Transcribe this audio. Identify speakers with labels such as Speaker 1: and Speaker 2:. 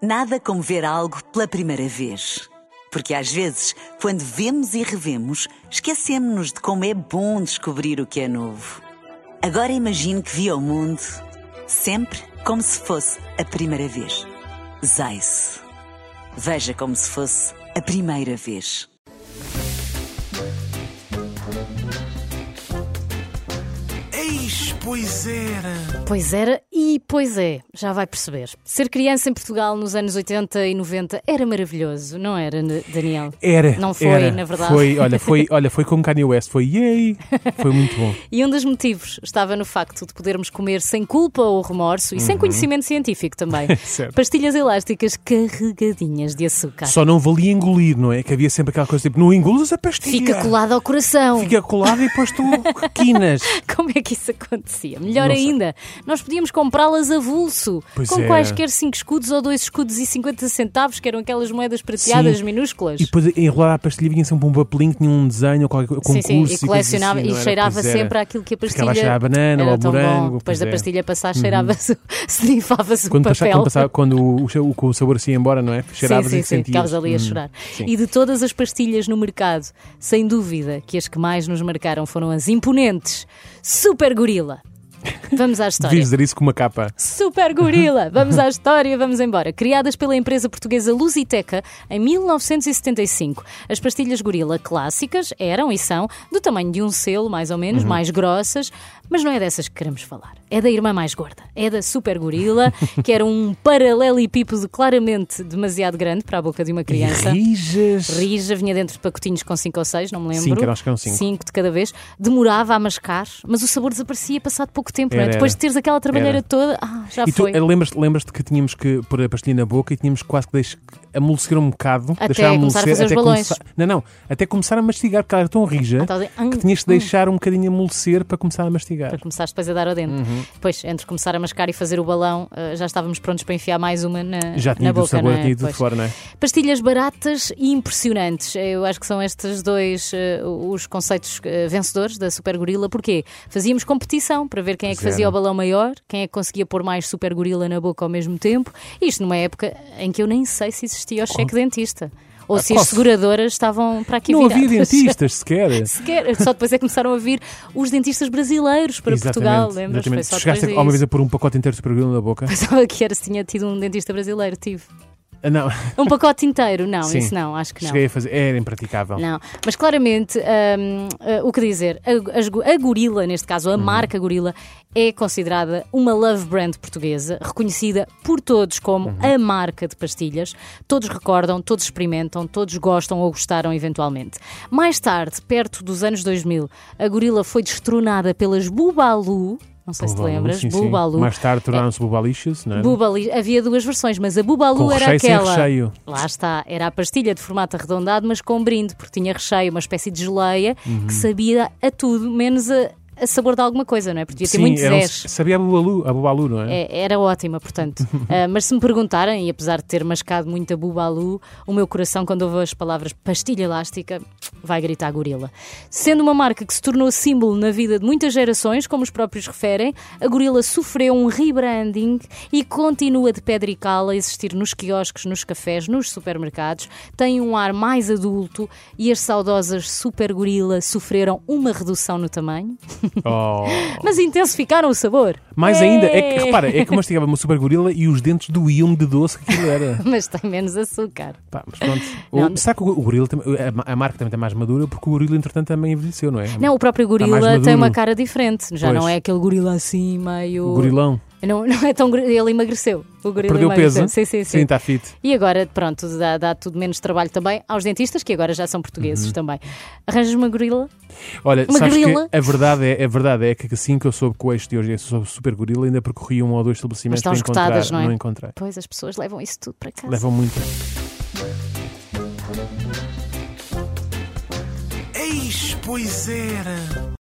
Speaker 1: Nada como ver algo pela primeira vez. Porque às vezes, quando vemos e revemos, esquecemos-nos de como é bom descobrir o que é novo. Agora imagine que viu o mundo sempre como se fosse a primeira vez. Zais. Veja como se fosse a primeira vez.
Speaker 2: Eis, pois era.
Speaker 3: Pois era e pois é, já vai perceber. Ser criança em Portugal nos anos 80 e 90 era maravilhoso, não era, N- Daniel?
Speaker 4: Era.
Speaker 3: Não foi,
Speaker 4: era.
Speaker 3: na verdade.
Speaker 4: Foi, olha, foi, olha, foi como Kanye West, foi yay, foi muito bom.
Speaker 3: E um dos motivos estava no facto de podermos comer sem culpa ou remorso e sem conhecimento científico também.
Speaker 4: Uhum. É Certo.
Speaker 3: Pastilhas elásticas carregadinhas de açúcar.
Speaker 4: Só não valia engolir, não é? Que havia sempre aquela coisa tipo, não engolas a pastilha.
Speaker 3: Fica colado ao coração.
Speaker 4: Fica colado e depois tu quinas.
Speaker 3: Como é que isso acontecia? Melhor
Speaker 4: Não sei.
Speaker 3: ainda, nós podíamos comprá-las a vulso,
Speaker 4: Pois
Speaker 3: com
Speaker 4: é.
Speaker 3: quaisquer 5 escudos ou 2 escudos e 50 centavos, que eram aquelas moedas prateadas
Speaker 4: Sim.
Speaker 3: minúsculas.
Speaker 4: E depois enrolar a pastilha vinha sempre um papelinho que tinha um desenho ou qualquer coisa,
Speaker 3: Sim,
Speaker 4: concurso.
Speaker 3: sim,
Speaker 4: coisas
Speaker 3: e colecionava
Speaker 4: assim,
Speaker 3: e
Speaker 4: não era?
Speaker 3: cheirava
Speaker 4: Pois era.
Speaker 3: sempre àquilo que a
Speaker 4: Ficava
Speaker 3: pastilha.
Speaker 4: a cheirar a banana
Speaker 3: era
Speaker 4: ou ao
Speaker 3: tão
Speaker 4: morango,
Speaker 3: Bom. Depois
Speaker 4: pois
Speaker 3: da
Speaker 4: é.
Speaker 3: pastilha passar, cheirava-se, snifava-se o
Speaker 4: Quando,
Speaker 3: papel.
Speaker 4: passava, quando, passava- quando o, o- o sabor se ia embora, não é? Cheiravas
Speaker 3: sim,
Speaker 4: e
Speaker 3: sim, sim,
Speaker 4: sentias.
Speaker 3: ficavas ali a
Speaker 4: Hum,
Speaker 3: chorar.
Speaker 4: sim.
Speaker 3: E de todas as pastilhas no mercado, sem dúvida que as que mais nos marcaram foram as imponentes Super Gorila. Vamos à história.
Speaker 4: Devias dizer isso com uma capa.
Speaker 3: Super gorila! Vamos à história, vamos embora. Criadas pela empresa portuguesa Lusiteca em 1975, as pastilhas gorila clássicas eram e são do tamanho de um selo, mais ou menos, mais grossas, mas não é dessas que queremos falar. É da irmã mais gorda, é da Super Gorila, que era um paralelepípedo claramente demasiado grande para a boca de uma criança.
Speaker 4: Rijas.
Speaker 3: Rija, vinha dentro de pacotinhos com 5 ou 6, não me lembro.
Speaker 4: Cinco, eram- acho que eram cinco.
Speaker 3: Cinco de cada vez. Demorava a mascar, mas o sabor desaparecia passado pouco tempo, não é?
Speaker 4: Era,
Speaker 3: Depois
Speaker 4: era.
Speaker 3: de teres aquela trabalheira
Speaker 4: Era.
Speaker 3: toda, ah, já
Speaker 4: E tu
Speaker 3: foi.
Speaker 4: eh, lembras-te lembras que tínhamos que pôr a pastilha na boca e tínhamos quase que deix... amolecer um bocado, deixar
Speaker 3: Até começar a
Speaker 4: amolecer,
Speaker 3: fazer os
Speaker 4: até
Speaker 3: balões.
Speaker 4: começar- Não, não, até começar a mastigar, porque ela era tão rija
Speaker 3: Então, assim, hum,
Speaker 4: que tinhas de deixar um bocadinho amolecer para começar a mastigar.
Speaker 3: Para começares depois a dar ao dente.
Speaker 4: Uhum.
Speaker 3: Pois, entre começar a mascar e fazer o balão, ah, já estávamos prontos para enfiar mais uma na,
Speaker 4: Já tinha
Speaker 3: na
Speaker 4: ido o
Speaker 3: boca,
Speaker 4: sabor,
Speaker 3: não é?
Speaker 4: tinha ido de
Speaker 3: Pois.
Speaker 4: fora, não é?
Speaker 3: Pastilhas baratas e impressionantes. Eu acho que são estes dois eh, os conceitos eh, vencedores da Super Gorila. Porquê? Fazíamos competição para ver quem é que
Speaker 4: Pois
Speaker 3: fazia
Speaker 4: era.
Speaker 3: o balão maior, quem é que conseguia pôr mais Super Gorila na boca ao mesmo tempo. Isto numa época em que eu nem sei se existia o cheque dentista. Ou se as
Speaker 4: qual-
Speaker 3: seguradoras estavam para aqui
Speaker 4: ah, Não havia
Speaker 3: viradas.
Speaker 4: dentistas sequer.
Speaker 3: Sequer. Só depois é que começaram a vir os dentistas brasileiros para Portugal. Lembras? Foi
Speaker 4: exatamente.
Speaker 3: só
Speaker 4: Tu
Speaker 3: depois
Speaker 4: chegaste
Speaker 3: disso.
Speaker 4: alguma vez a pôr um pacote inteiro de supergrilo na boca?
Speaker 3: Pensava que era se tinha tido um dentista brasileiro. Tive.
Speaker 4: Ah, Não,
Speaker 3: Um pacote inteiro? Não,
Speaker 4: Sim.
Speaker 3: isso não. Acho que não.
Speaker 4: cheguei a fazer, era impraticável.
Speaker 3: Não, mas claramente, hum, uh, o que dizer, a, as go- a gorila, neste caso,
Speaker 4: Uhum.
Speaker 3: a marca gorila, é considerada uma love brand portuguesa, reconhecida por todos como
Speaker 4: Uhum.
Speaker 3: a marca de pastilhas. Todos recordam, todos experimentam, todos gostam ou gostaram eventualmente. Mais tarde, perto dos anos 2000, a gorila foi destronada pelas Bubalu, não sei se
Speaker 4: Bubalu,
Speaker 3: te lembras,
Speaker 4: sim, sim.
Speaker 3: Bubalu. É.
Speaker 4: Mais tarde tornaram-se bubalixas, não é?
Speaker 3: Bubali- havia duas versões, mas a Bubalu
Speaker 4: Com
Speaker 3: era
Speaker 4: recheio sem
Speaker 3: aquela.
Speaker 4: recheio.
Speaker 3: Lá está, era a pastilha de formato arredondado, mas com brinde, porque tinha recheio, uma espécie de geleia
Speaker 4: Uhum.
Speaker 3: que sabia a tudo, menos a, a sabor de alguma coisa, não é? Porque devia ter
Speaker 4: Sim,
Speaker 3: muito
Speaker 4: eram-
Speaker 3: zeste.
Speaker 4: sabia a bubalu, a bubalu, não é?
Speaker 3: É, era ótima, portanto. Ah, mas se me perguntarem, e apesar de ter mascado muito a Bubalu, o meu coração, quando ouve as palavras pastilha elástica, vai gritar gorila. Sendo uma marca que se tornou símbolo na vida de muitas gerações, como os próprios referem, a gorila sofreu um rebranding e continua de pedra e cal a existir nos quiosques, nos cafés, nos supermercados, tem um ar mais adulto e as saudosas super gorila sofreram uma redução no tamanho,
Speaker 4: Oh.
Speaker 3: mas intensificaram o sabor.
Speaker 4: Mais ainda, é que,
Speaker 3: Ei!
Speaker 4: repara, é que eu mastigava uma super gorila e os dentes doíam-me de doce que aquilo era.
Speaker 3: mas tem menos açúcar.
Speaker 4: Pá, mas pronto. O-
Speaker 3: Não.
Speaker 4: será que o, o gorila, também- a, ma- a marca também está mais madura? Porque o gorila, entretanto, também envelheceu, não é?
Speaker 3: Não, o próprio
Speaker 4: mais
Speaker 3: gorila
Speaker 4: maduro.
Speaker 3: tem uma cara diferente. Já
Speaker 4: Pois.
Speaker 3: não é aquele gorila assim, meio.
Speaker 4: O gorilão
Speaker 3: Não, não é tão. gor- Ele emagreceu. O gorila
Speaker 4: perdeu
Speaker 3: emagreceu.
Speaker 4: peso.
Speaker 3: Sim, sim, sim.
Speaker 4: Sim, tá. está fit.
Speaker 3: E agora, pronto, dá, dá tudo menos trabalho também aos dentistas, que agora já são portugueses
Speaker 4: Uhum.
Speaker 3: também. Arranjas uma gorila?
Speaker 4: Olha,
Speaker 3: Uma
Speaker 4: sabes
Speaker 3: gorila?
Speaker 4: que a verdade, é, a verdade é que assim que eu soube que o eixo de hoje é sobre super gorila, ainda percorri um ou dois
Speaker 3: Mas
Speaker 4: estabelecimentos
Speaker 3: estão
Speaker 4: para encontrar.
Speaker 3: esgotadas, não é?
Speaker 4: Não encontrei.
Speaker 3: Pois, as pessoas levam isso tudo para casa.
Speaker 4: Levam muito.
Speaker 2: Eis, pois era.